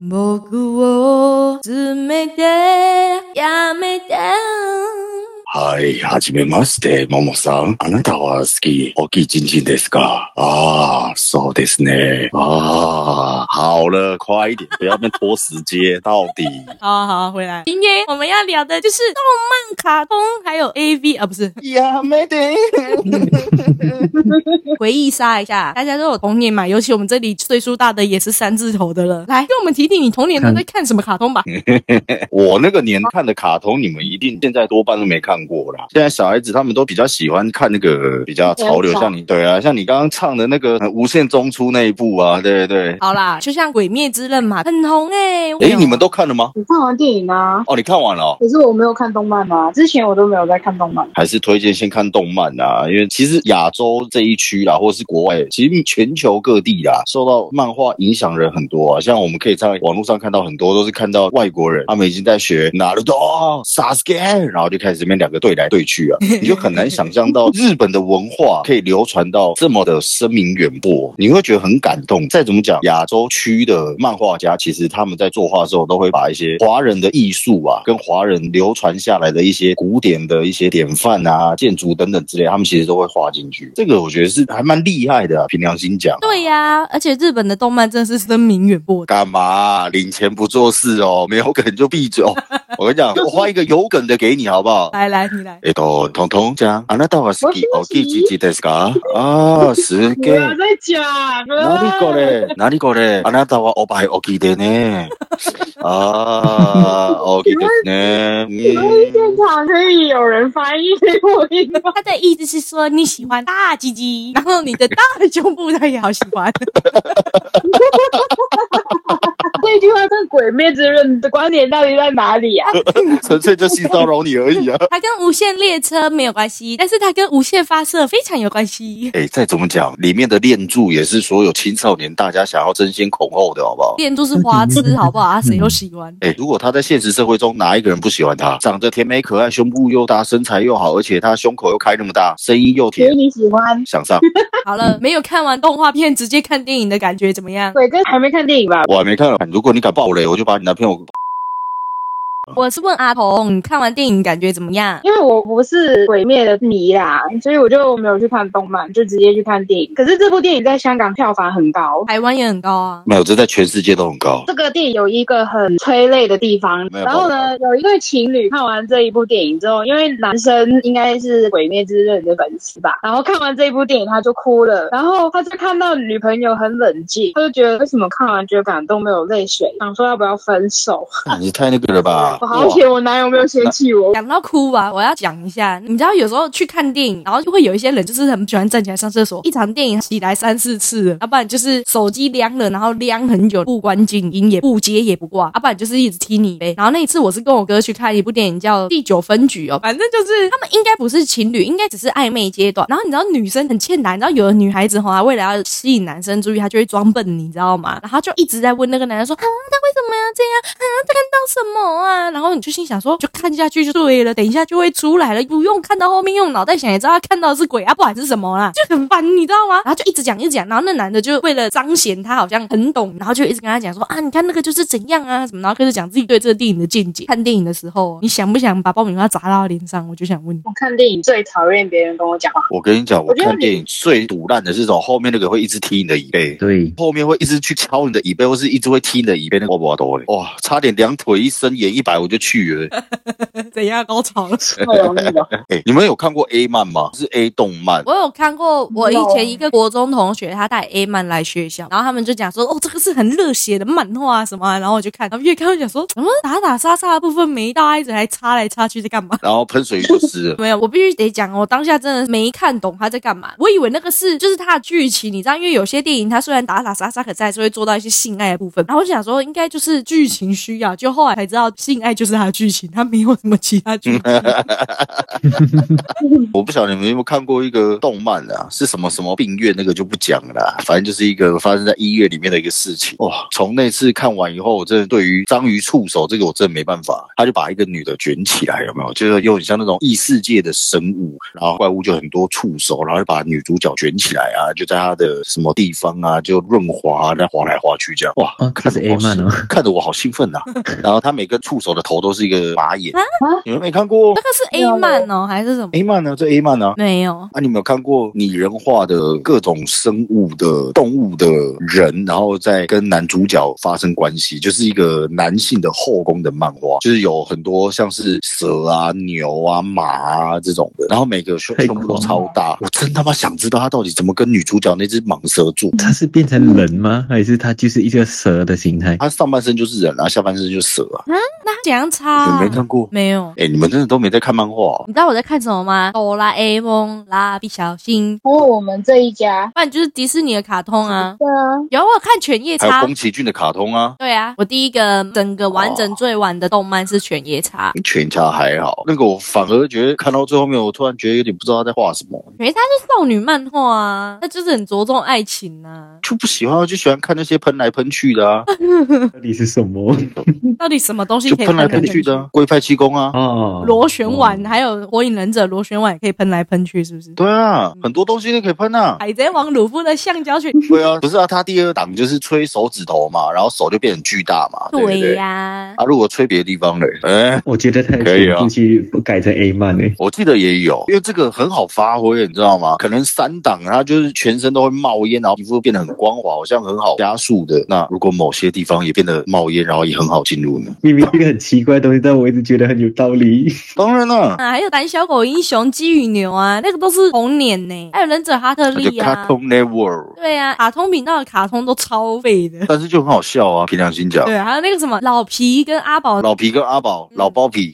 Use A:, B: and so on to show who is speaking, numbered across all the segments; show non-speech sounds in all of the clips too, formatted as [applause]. A: 僕を詰めてやめて
B: はい、はじめまして、ももさん。あなたは好き、大きいチンチンですかああ、そうですね。啊，好了，快一点，不要被拖时间，到底。 [laughs]
A: 好好回来。今天我们要聊的就是动漫、卡通还有 AV 啊，不是
B: 呀，没得。
A: 回忆杀一下，大家都有童年嘛，尤其我们这里岁数大的也是三字头的了。来，跟我们提提你童年都在看什么卡通吧。
B: 嗯我那个年看的卡通，你们一定现在多半都没看过啦。现在小孩子他们都比较喜欢看那个比较潮流，
C: 原创
B: 像你对啊，像你刚刚唱的那个呃《无限中出》那一部啊，对对。
A: 好啦，就像《鬼灭之刃》嘛，很红哎、欸。
B: 哎，你们都看了吗？
C: 你看完电影啊？
B: 哦，你看完了哦、
C: 可是我没有看动漫啊，之前我都没有在看动漫。
B: 还是推荐先看动漫啊，因为其实亚洲这一区啦，或是国外，其实全球各地啦，受到漫画影响人很多啊。像我们可以在网络上看到很多都是看到外国人，他们已经在学 Naruto、Sasuke，然后就开始这边两个对来对去啊，你就很难想象到日本的文化可以流传到这么的声名远播，你会觉得很感动。再怎么讲，亚洲区的漫画家其实他们在作画的时候，都会把一些华人的艺术啊，跟华人流传下来的一些古典的一些典范啊、建筑等等之类，他们其实都会画进去。这个我觉得是还蛮厉害的、啊，凭良心讲。
A: 对呀、而且日本的动漫真的是声名远播的。
B: 干嘛、领钱不做事哦？没有梗就闭嘴哦！我跟你讲，我画一个有梗的给你，好
A: [laughs]
B: 不好？哎
A: 来来，你来。
B: えっと、トントンちゃん、あなたは好き、大
C: もしもし
B: きいちいちですかああ、す
C: 不
B: げえ。
C: 再讲
B: [laughs] なにこれなにこれあなたはおっぱい大きいで [laughs] ね。ああ、大きいですね。
C: 请问
B: うん
C: 现场可以有人翻译给我一吗？
A: 他的意思是说你喜欢大鸡鸡，然后你的大胸部他也好喜欢。 [laughs]
C: 这句话跟《鬼灭之刃》的关联到底在哪里啊？
B: 纯粹就性骚扰你而 [laughs] 已啊。
A: 他跟无限列车没有关系，但是他跟无限发射非常有关系。
B: 哎，再怎么讲，里面的恋柱也是所有青少年大家想要争先恐后的，好不好？
A: 恋都是花痴，好不好？啊，谁都喜欢。
B: 哎，如果他在现实社会中哪一个人不喜欢他？长得甜美可爱，胸部又大，身材又好，而且他胸口又开那么大，声音又
C: 所
B: [laughs]
C: 以
B: 甜，
C: 你喜欢
B: 想上。
A: 好了，没有看完动画片直接看电影的感觉怎么样？
C: 鬼哥还没看电影吧？
B: 我还没看，如果你敢爆雷，我就把你男朋友。
A: 我是问阿童，你看完电影感觉怎么样？
C: 因为我不是鬼灭的迷啦，所以我就没有去看动漫，就直接去看电影。可是这部电影在香港票房很高，
A: 台湾也很高啊。
B: 没有，这在全世界都很 [laughs] 高。
C: 这个电影有一个很催泪的地方。
B: 没有
C: 然后呢，有一对情侣看完这一部电影之后，因为男生应该是《鬼灭之刃》的粉丝吧，然后看完这一部电影他就哭了，然后他就看到女朋友很冷静，他就觉得为什么看完觉得感动没有泪水，想说要不要分手。
B: 啊你太那个了吧！
C: 我好险我男友没有嫌弃我，
A: 讲到哭啊，我要讲一下，你知道有时候去看电影，然后就会有一些人就是很喜欢站起来上厕所，一场电影起来三四次了，要啊不然就是手机亮了，然后亮很久不关静音也不接也不挂，啊要不然就是一直踢你呗。然后那一次我是跟我哥去看一部电影叫《第九分局》哦，反正就是他们应该不是情侣，应该只是暧昧阶段。然后你知道女生很欠打，你知道有的女孩子哈，为了要吸引男生注意，她就会装笨，你知道吗？然后她就一直在问那个男生说啊，他为什么要这样？啊，看到什么啊？然后你就心想说，就看下去就对了，等一下就会出来了，不用看到后面，用脑袋想也知道他看到的是鬼啊，不管是什么啦，就很烦，你知道吗？然后就一直讲一直讲，然后那男的就为了彰显他好像很懂，然后就一直跟他讲说啊，你看那个就是怎样啊什么，然后开始讲自己对这个电影的见解。看电影的时候，你想不想把爆米花砸到他脸上？我就想问你，
C: 我看电影最讨厌别人跟我讲
B: [laughs]
C: 话。
B: 我跟你讲，我
C: 我觉得
B: 看
C: 你
B: 电影最堵烂的是从后面那个会一直踢你的椅背，
D: 对，
B: 后面会一直去敲你的椅背，或是一直会踢你的椅背，那个我不多嘞，哇，差点两腿一伸，眼一摆我就去了。
A: [laughs]
C: [laughs]
A: 怎样高潮了？
C: 太容易哦了。
B: 哎、你们有看过 A 漫吗？是 A 动漫。
A: 我有看过，我以
C: No
A: 前一个国中同学，他带 A 漫来学校，然后他们就讲说，哦，这个是很热血的漫画啊什么啊，然后我就看，然后越看越想说，怎么打打杀杀的部分没到，一直还插来插去在干嘛？ [laughs]，
B: 然后喷水就湿了
A: 没有，我必须得讲，我当下真的没看懂他在干嘛。我以为那个是就是他的剧情，你知道，因为有些电影它虽然打打杀杀，可是还是会做到一些性爱的部分。然后我想说，应该就是剧情需要，就后来来才知道性爱就是它的剧情，它没有什么其他 [laughs] 剧情。
B: 我不晓得你们有没有看过一个动漫啊，是什么什么病院那个就不讲了啦，反正就是一个发生在医院里面的一个事情。哇，从那次看完以后，我真的对于章鱼触手这个我真的没办法，他就把一个女的卷起来，有没有？就是有点像那种异世界的神武，然后怪物就很多触手，然后就把女主角卷起来啊，就在她的什么地方啊，就润滑、啊，然后滑来滑去这样。哇，
D: 哦，这
B: 看
D: 是
B: 着
D: A
B: 我好
D: 漫哦，
B: 看得我好兴奋呐、啊然后他每个触手的头都是一个马眼，你们没看过
A: 那个是 A 漫哦，还是什么？
B: A 漫呢？这 A 漫呢、
A: 没有，
B: 啊，你们有看过拟人化的各种生物的动物的人，然后再跟男主角发生关系，就是一个男性的后宫的漫画，就是有很多像是蛇啊、牛啊、马啊这种的，然后每个胸
D: 太
B: 胸部都
D: 狂了
B: 超大，我真他妈想知道他到底怎么跟女主角那只蟒蛇做。
D: [laughs] 它是变成人吗？还是它就是一个蛇的形态？
B: 他上半身就是人啊，下半身就是蛇啊，
A: 那它怎样差
B: 你们
A: 啊？嗯
B: 没看过？
A: 没有。
B: 哎、你们真的都没在看漫画、哦？
A: 你知道我在看什么吗？哆啦 A 梦、蜡笔小新，
C: 还有我们这一家，
A: [laughs] 不然就是迪士尼的卡通啊。
C: 对啊，
A: 有我有看《犬夜
B: 哦还
A: 叉
B: 有》，宫崎骏的卡通啊，
A: 对啊，我第一个整个完整最晚的动漫是《犬夜叉》。
B: 全家还好，那个我反而觉得看到最后面，我突然觉得有点不知道他在画什么。
A: 犬夜叉是少女漫画啊，它就是很着重爱情啊。
B: 就不喜欢，就喜欢看那些喷来喷去的啊，
D: 到底是什么？
A: 到底什么东西
B: 就
A: 可以
B: 喷来喷去的啊、龟派气功啊，
D: 哦，
A: 螺旋丸，
D: 哦
A: 还有火影忍者螺旋丸也可以喷来喷去，是不是？
B: 对啊，很多东西都可以喷啊。
A: 海贼王鲁夫的橡胶犬，
B: [laughs] 对啊，不是啊，他第二档就是吹手指头嘛，然后手就变很巨大嘛，对不对？
A: 呀、
B: 啊，如果吹别的地方嘞，哎、
D: 我觉得它
B: 可以啊
D: 出去改成 A 欸漫诶、
B: 我记得也有，因为这个很好发挥，你知道吗？可能三档它就是全身都会冒烟，然后皮肤变得很光滑，好像很好加速的。那如果某些地方也变得冒烟，然后也很好进入呢？
D: 明明一个很奇怪的东西，但我一直觉得很有
A: [laughs]
D: 道理。
B: 当然啦、
A: 啊，还有胆小狗英雄、鸡与牛啊，那个都是童年呢、还有忍者哈特
B: 那就
A: 利啊，
B: Cartoon Network，
A: 对啊，卡通频道的卡通都超废的。
B: 但是就很好笑啊，凭良心讲。
A: 对，还有那个什么老皮跟阿宝，
B: 老皮跟阿宝，
A: 嗯
B: 老包皮，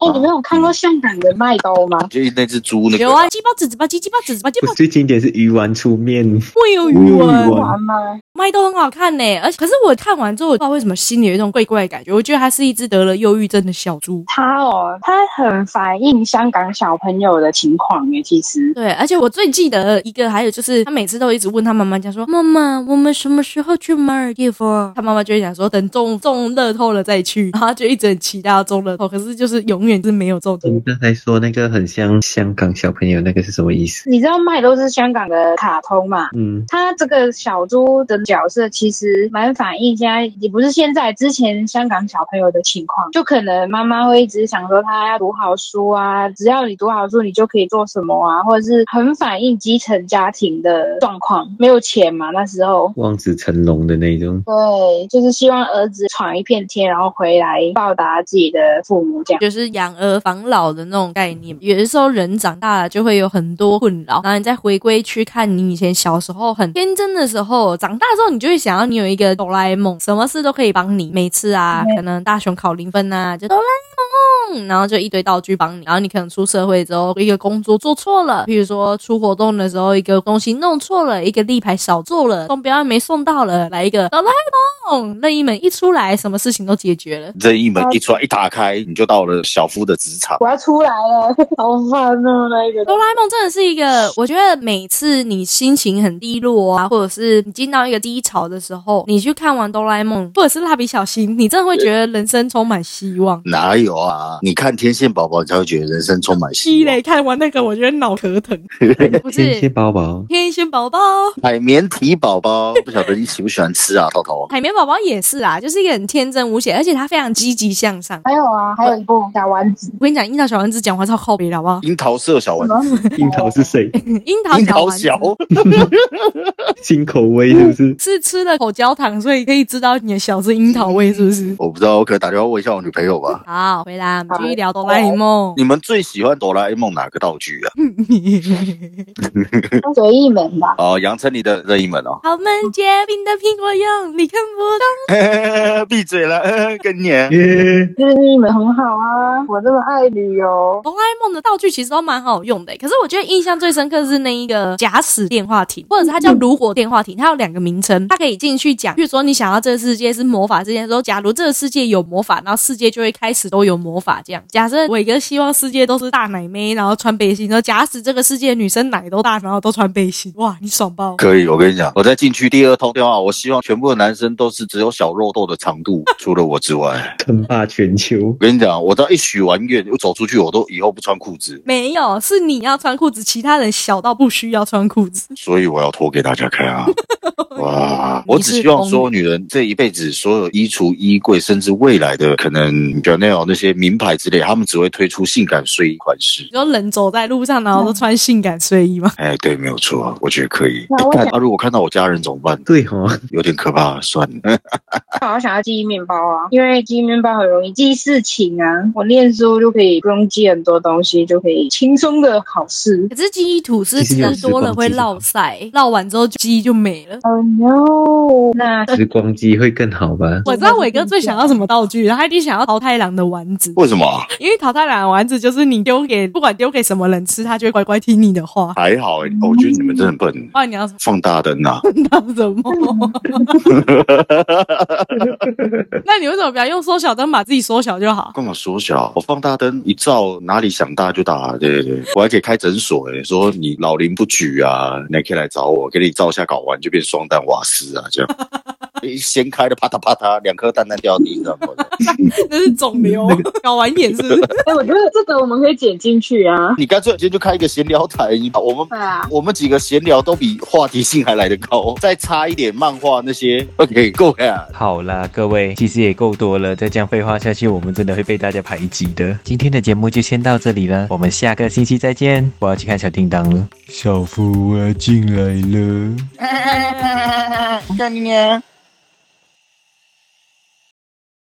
C: 哦，你们有看过香港的麦兜吗？
B: 就是那只猪那个。
A: 有啊，鸡巴子鸡巴鸡鸡巴子鸡巴鸡巴
D: 我最经典是鱼丸出面，
A: 会有鱼
D: 鱼
A: 丸
D: 丸，
B: 嗯
C: 玩吗？
A: 麦都很好看呢、而且可是我看完之后，我不知道为什么心里有一种怪怪的感觉，我觉得它是一只得了忧郁症的小猪。
C: 他哦，他很反映香港小朋友的情况耶，其实。
A: 对，而且我最记得一个，还有就是他每次都一直问他妈妈讲说：“妈妈，我们什么时候去马尔代夫？”他妈妈就会讲说：“等中中乐透了再去。”然后他就一直很期待要中乐透，可是就是永远是没有中
D: 你刚才说那个很像香港小朋友，那个是什么意思？
C: 你知道麦兜是香港的卡通嘛？
D: 嗯，
C: 他这个小猪的角色其实蛮反映现在，也不是现在，之前香港小朋友的情况，就可能妈妈会一直想说他要读好书啊，只要你读好书，你就可以做什么啊，或者是很反映基层家庭的状况，没有钱嘛那时候。
D: 望子成龙的那种。
C: 对，就是希望儿子闯一片天，然后回来报答自己的父母这样。
A: 就是养儿防老的那种概念。有的时候人长大了就会有很多困扰，然后你再回归去看你以前小时候很天真的时候，长大之后你就会想要你有一个哆啦 A 梦，什么事都可以帮你。每次啊，可能大雄考零分啊，就哆啦 A 梦，然后就一堆道具帮你。然后你可能出社会之后，一个工作做错了，比如说出活动的时候一个东西弄错了，一个立牌少做了，送标没送到了，来一个哆啦 A 梦，任意门一出来，什么事情都解决了。
B: 任意门一出来一打开，你就到了小夫的职场。
C: 我要出来 [laughs] 了，好烦哦、那一个
A: 哆啦 A 梦真的是一个，我觉得每次你心情很低落啊，或者是你进到一个低潮的时候，你去看完哆啦 A 梦或者是蜡笔小新，你真的会觉得人生充满希望。
B: 哪有啊？你看天线宝宝，你才会觉得人生充满希
A: 一
B: 望。
A: 嘞，看完那个我觉得脑壳疼，不
D: 天蝎
A: 是
D: 宝
A: [laughs]
D: 宝，
A: 天线宝宝。
B: 海绵体宝宝，不晓得你喜不喜欢吃啊，
A: [laughs]
B: 涛涛。
A: 海绵宝宝也是啊，就是一个很天真无邪，而且他非常积极向上。
C: 还有啊，还有一部小丸子，
A: 我跟你讲，樱桃小丸子讲话超靠北的好不好？
B: 樱桃色小丸
C: 什，么
D: 樱桃是谁？
A: 樱桃
B: 樱
A: 小
B: 桃
A: 丸子
B: 小，
D: 新口味是不是？
A: [laughs] 是吃了口焦糖，所以可以知道你的小是樱桃味，是不是？
B: 我不知道，我可能打电话问一下我女朋友吧。
A: 好，回答们继续聊哆啦 A 梦。
B: 你们最喜欢哆啦 A 梦哪个道具啊？
C: [laughs] 随意门吧。
B: 哦，杨丞琳的任意门哦。
A: 好们煎饼的苹果用，你看不到。
B: [laughs] 闭嘴了，呃跟你。啊
D: 耶，
C: 任意门很好啊，我这么爱旅游，
A: 哆啦 A 梦的道具其实都蛮好用的、可是我觉得印象最深刻是那一个假死电话亭，或者是它叫如火电话亭，它有两个名称，它可以进去讲。比如说你想要这个世界是魔法世界的时候，假如这个世界有魔法，然后世界就会开始都有魔法这样。假设伟哥希望世界都是大奶妹，然后穿背心，然后假使这个世界女生奶都大，然后都穿背心，哇，你爽爆！
B: 可以，我跟你讲，哦我在禁区第二通电话，我希望全部的男生都是只有小肉豆的长度，除了我之外。 [laughs]
D: 称霸全球
B: 我，跟你讲，我只要一许完愿，我走出去，我都以后不穿裤子，
A: 没有，是你要穿裤子，其他人小到不需要穿裤子。
B: [laughs] 所以我要脱给大家看 [laughs] 啊！哇，我只希望所有女人这一辈子所有衣橱、衣柜，甚至未来的可能 Chanel 那些名牌之类，他们只会推出性感睡衣款式。
A: 你说人走在路上，然后都穿性感睡衣吗？
B: 哎，对，没有错，我觉得可以。
C: 那
B: 哎
C: 我
B: 干
C: 想
B: 啊，如果看到我家人怎么办？
D: 对哦，
B: 有点可怕，算了。哎
C: 那我想要记忆面包啊，因为记忆面包很容易记事情啊。我念书就可以不用记很多东西，就可以轻松的考试。
A: [laughs] 可是记忆吐司
D: 其实有
A: 吃多了会
D: 时光
A: 落塞，落完之后记忆就没了。
C: Oh no！那
D: 时光机会更好吧？
A: 我知道伟哥最想要什么道具，他一定想要桃太郎的丸子，
B: 为什么啊？
A: 因为桃太郎的丸子就是你丢给不管丢给什么人吃，他就会乖乖听你的话。
B: 还好、欸，哦我觉得你们真的很笨。
A: 不然你要
B: 放大灯啊呐、
A: 当什
D: [laughs]
A: 么？那你为什么不要用缩小灯把自己缩小就
D: [laughs]
A: 好？
B: 干嘛缩小？我放大灯一照，哪里想大就大。对对对，我还可以开诊所诶、欸说你老龄不举啊，你还可以来找我，给你照一下睾丸就变双蛋瓦斯啊，这样。一掀开的啪嗒啪嗒，两颗蛋蛋掉地上。我的
A: 那是肿瘤，搞完眼是不是？
C: 哎、我觉得这个我们可以剪进去啊。
B: 你干脆今天就开一个闲聊台，你把我 [laughs] 们
C: 对啊，
B: 我们几个闲聊都比话题性还来得高，再差一点漫画那些。OK，够了。啊
E: 好啦，各位，其实也够多了，再这样废话下去，我们真的会被大家排挤的。今天的节目就先到这里了，我们下个星期再见。我要去看小叮当了，小夫我要进来了。
B: 干你娘！